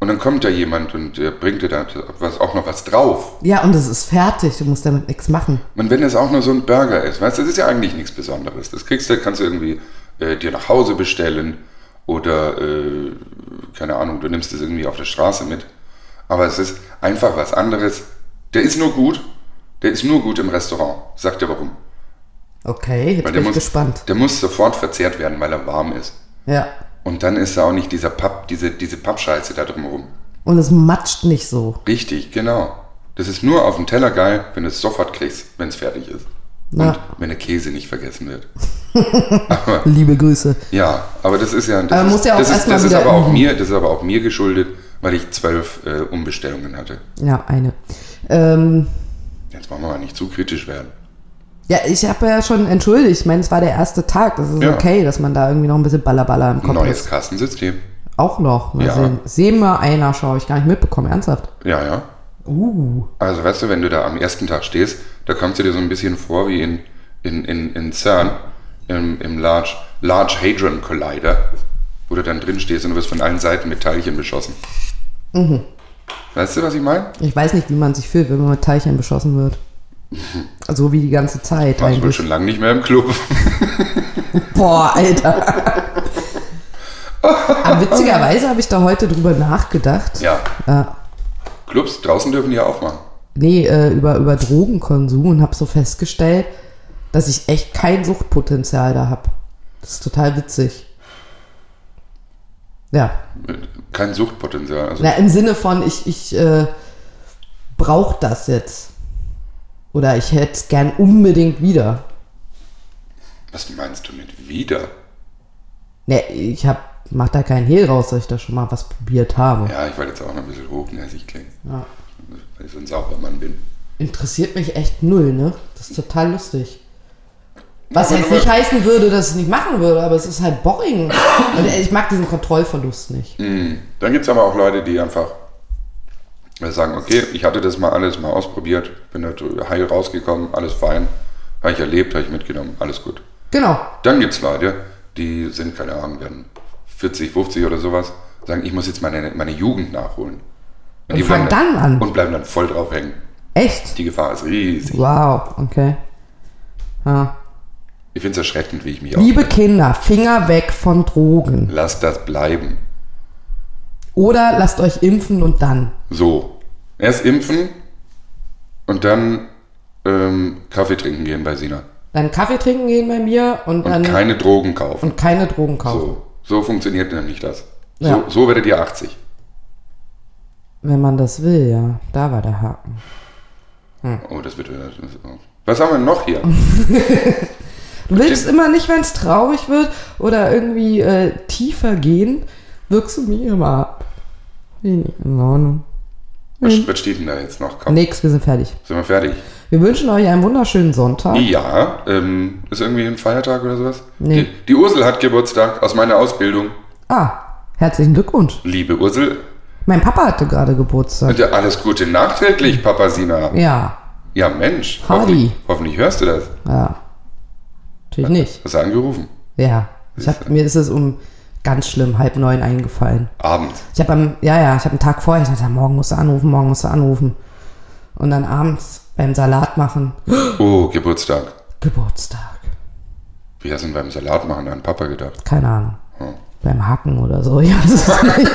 B: Und dann kommt da jemand und äh, bringt dir da was, auch noch was drauf.
A: ja, und es ist fertig. Du musst damit nichts machen.
B: Und wenn es auch nur so ein Burger ist, weißt du, das ist ja eigentlich nichts Besonderes. Das kriegst du, kannst du irgendwie äh, dir nach Hause bestellen oder, äh, keine Ahnung, du nimmst es irgendwie auf der Straße mit. Aber es ist einfach was anderes. Der ist nur gut, der ist nur gut im Restaurant. Sag dir warum.
A: Okay, jetzt bin
B: Weil der
A: ich
B: muss,
A: gespannt.
B: Der muss sofort verzehrt werden, weil er warm ist.
A: Ja.
B: Und dann ist da auch nicht dieser Papp, diese, diese Pappscheiße da drumherum.
A: Und es matscht nicht so.
B: Richtig, genau. Das ist nur auf dem Teller geil, wenn du es sofort kriegst, wenn es fertig ist. Und äh,
A: Na,
B: wenn der Käse nicht vergessen wird.
A: liebe Grüße.
B: Ja, aber das ist ja. Das
A: Aber
B: ist,
A: muss ja auch
B: das ist,
A: erstmal
B: das ist
A: wieder
B: aber auch
A: üben.
B: mir, das ist aber auch mir geschuldet, weil ich zwölf äh, Umbestellungen hatte.
A: Ja, eine. Ähm,
B: Jetzt wollen wir mal nicht zu kritisch werden.
A: ja, ich habe ja schon entschuldigt. Ich meine, es war der erste Tag. Das ist
B: Ja.
A: okay, dass man da irgendwie noch ein bisschen Ballerballer im Kopf
B: Neues
A: ist.
B: Kassensystem.
A: Auch noch. Mal
B: Ja.
A: sehen. Sehen wir einer, schau ich gar nicht mitbekommen. Ernsthaft.
B: Ja, ja.
A: Uh.
B: Also weißt du, wenn du da am ersten Tag stehst, da kommst du dir so ein bisschen vor wie in, in, in, in CERN, im, im Large, Large Hadron Collider, wo du dann drin stehst und du wirst von allen Seiten mit Teilchen beschossen.
A: Mhm.
B: Weißt du, was ich meine?
A: Ich weiß nicht, wie man sich fühlt, wenn man mit Teilchen beschossen wird. So wie die ganze Zeit
B: Warst wohl
A: eigentlich.
B: schon lange nicht mehr im Club. <laughs>
A: Boah, Alter. <laughs> Aber witzigerweise habe ich da heute drüber nachgedacht.
B: ja,
A: Äh,
B: Clubs draußen dürfen die ja aufmachen.
A: nee, äh, über, über Drogenkonsum und habe so festgestellt, dass ich echt kein Suchtpotenzial da habe. Das ist total witzig. Ja.
B: Kein Suchtpotenzial. Also,
A: Na, im Sinne von, ich, ich äh, brauche das jetzt. Oder ich hätte es gern unbedingt wieder.
B: was meinst du mit wieder?
A: Ne, ich hab, mach da keinen Hehl raus, dass ich da schon mal was probiert habe.
B: Ja, ich wollte jetzt auch noch ein bisschen hochnäsig klingen,
A: Ja.
B: weil ich so ein sauberer Mann bin.
A: Interessiert mich echt null, ne? Das ist total lustig. Was
B: Aber
A: jetzt
B: nur-
A: nicht heißen würde, dass ich es nicht machen würde, aber es ist halt boring. Und ich mag diesen Kontrollverlust nicht.
B: Dann gibt es aber auch Leute, die einfach äh, sagen, okay, ich hatte das mal alles mal ausprobiert, bin da drü- heil rausgekommen, alles fein, habe ich erlebt, habe ich mitgenommen, alles gut.
A: Genau.
B: Dann gibt es Leute, die sind, keine Ahnung, werden 40, 50 oder sowas, sagen, ich muss jetzt meine, meine Jugend nachholen.
A: Und fang
B: bleiben
A: dann an.
B: Und bleiben dann voll drauf hängen.
A: Echt?
B: Die Gefahr ist riesig.
A: Wow, okay. Ja.
B: Ich finde es erschreckend, wie ich mich
A: Liebe Kinder, Finger weg von Drogen.
B: Lasst das bleiben.
A: Oder lasst euch impfen und dann.
B: So. Erst impfen und dann ähm, Kaffee trinken gehen bei Sina.
A: Dann Kaffee trinken gehen bei mir und,
B: Und
A: dann
B: keine Drogen kaufen.
A: ne. und keine Drogen kaufen.
B: So, so funktioniert nämlich das.
A: Ja.
B: So, so werdet ihr 80.
A: Wenn man das will, ja. Da war der Haken. Hm.
B: Oh, das wird. Das ist, oh. Was haben wir noch hier?
A: Du willst
B: Den-
A: immer nicht, wenn es traurig wird oder irgendwie äh, tiefer gehen, wirkst du mir immer ab. Bin ich In Ordnung.
B: Was, was steht denn da jetzt noch? Komm,
A: Nix, wir sind fertig.
B: sind wir fertig?
A: Wir wünschen euch einen wunderschönen Sonntag.
B: Ja, ähm, ist irgendwie ein Feiertag oder sowas?
A: Nee.
B: Die, die Ursel hat Geburtstag aus meiner Ausbildung.
A: Ah, herzlichen Glückwunsch.
B: Liebe Ursel,
A: Mein Papa hatte gerade Geburtstag.
B: bitte alles Gute nachträglich, Papa Sina.
A: Ja,
B: Ja, Mensch.
A: Hardy.
B: Hoffentlich, hoffentlich hörst du das.
A: ja. Natürlich nicht.
B: Hast du angerufen?
A: Ja. Ich hab, mir ist es um ganz schlimm halb neun eingefallen.
B: Abends.
A: Ich habe am, ja, ja, ich habe einen Tag vorher, ich dachte, morgen musst du anrufen, morgen musst du anrufen. Und dann abends beim Salat machen. <gasps>
B: Oh, Geburtstag.
A: Geburtstag.
B: Wir sind beim Salat machen an Papa gedacht.
A: Keine Ahnung.
B: Hm.
A: Beim Hacken oder so. <laughs> Ich weiß es nicht.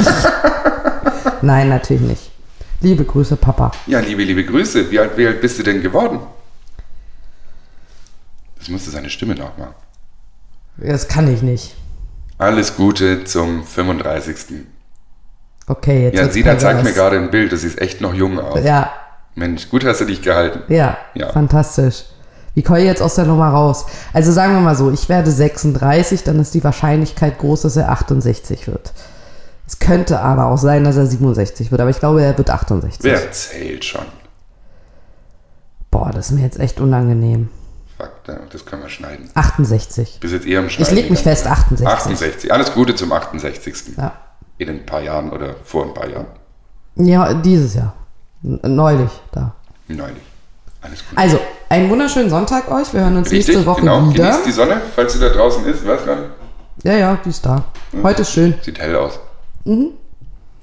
A: Nein, natürlich nicht. Liebe Grüße, Papa.
B: Ja, liebe, liebe Grüße. Wie alt, wie alt bist du denn geworden? Das musste seine Stimme nachmachen.
A: Das kann ich nicht.
B: Alles Gute zum 35.
A: Okay, jetzt.
B: Ja,
A: wird's
B: Sina zeigt mir
A: pervers.
B: gerade ein Bild. Du siehst echt noch jung aus.
A: Ja,
B: Mensch, gut hast du dich gehalten.
A: ja,
B: Ja.
A: Fantastisch. Wie komme ich jetzt aus der Nummer raus? Also sagen wir mal so, ich werde 36, dann ist die Wahrscheinlichkeit groß, dass er 68 wird. Es könnte aber auch sein, dass er 67 wird, aber ich glaube, er wird 68.
B: Wer zählt schon?
A: Boah, das ist mir jetzt echt unangenehm.
B: Fuck, da- das können wir schneiden.
A: 68.
B: Bis jetzt eher am
A: Ich
B: Schneiden.
A: leg mich
B: gegangen.
A: fest, 68.
B: 68. Alles Gute zum 68.
A: Ja.
B: In ein paar Jahren oder vor ein paar Jahren.
A: ja, dieses Jahr. N- äh, Neulich da.
B: Neulich. Alles Gute.
A: Also, einen wunderschönen Sonntag euch. Wir hören uns nächste Woche
B: genau.
A: wieder.
B: Genießt die Sonne, falls sie da draußen ist. Was dann?
A: Ja, ja, die ist da. Heute ist schön.
B: Sieht hell aus.
A: Mhm.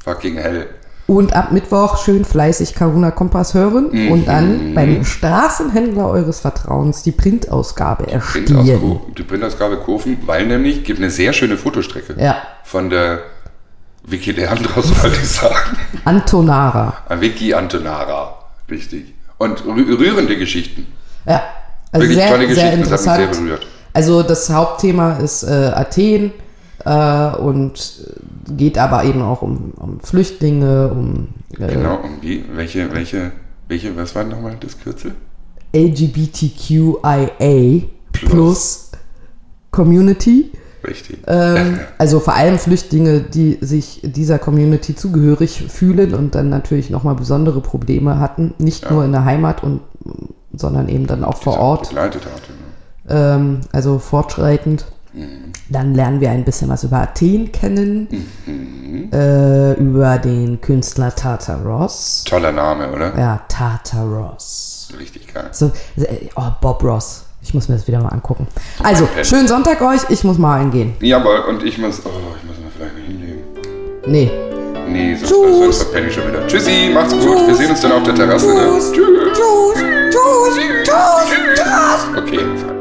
B: Fucking hell.
A: Und ab Mittwoch schön fleißig Karuna Kompass hören
B: Mhm.
A: und dann beim Straßenhändler eures Vertrauens die Printausgabe erstehen.
B: Printausgabe, die Printausgabe Kurven, weil nämlich gibt eine sehr schöne Fotostrecke
A: Ja,
B: von der Vicky Leandros, <laughs> wollte ich sagen.
A: Antonara.
B: Vicky Antonara. Richtig. Und rü- rührende Geschichten.
A: Ja, also
B: Wirklich tolle
A: sehr, sehr
B: Geschichten. Das hat mich sehr
A: interessant.
B: berührt.
A: Also das Hauptthema ist äh, Athen äh, und geht aber eben auch um, um Flüchtlinge, um äh,
B: Genau. Und wie, welche, welche, welche, was war nochmal das Kürzel?
A: LGBTQIA plus Community.
B: Richtig. <laughs>
A: Ähm, also vor allem Flüchtlinge, die sich dieser Community zugehörig fühlen und dann natürlich nochmal besondere Probleme hatten, nicht nur in der Heimat und sondern eben dann auch vor Ort,
B: Begleitet hatte. ne?
A: ähm, also fortschreitend. Dann lernen wir ein bisschen was über Athen kennen, äh, über den Künstler Tartaros.
B: Toller Name, oder?
A: Ja, Tartaros.
B: Richtig geil.
A: So, äh, oh, Bob Ross. Ich muss mir das wieder mal angucken. Also,
B: Okay.
A: schönen Sonntag euch. Ich muss mal eingehen.
B: Jawohl, und ich muss. Oh, ich muss mir vielleicht nicht hinlegen.
A: Nee.
B: Nee, sonst,
A: Tschüss.
B: sonst verpenne ich schon wieder. Tschüssi, macht's gut. Wir
A: Tschüss.
B: sehen uns dann auf der Terrasse. Ne?
A: Tschüss. Tschüss. Tschüss. Tschüss. Tschüss.
B: Okay.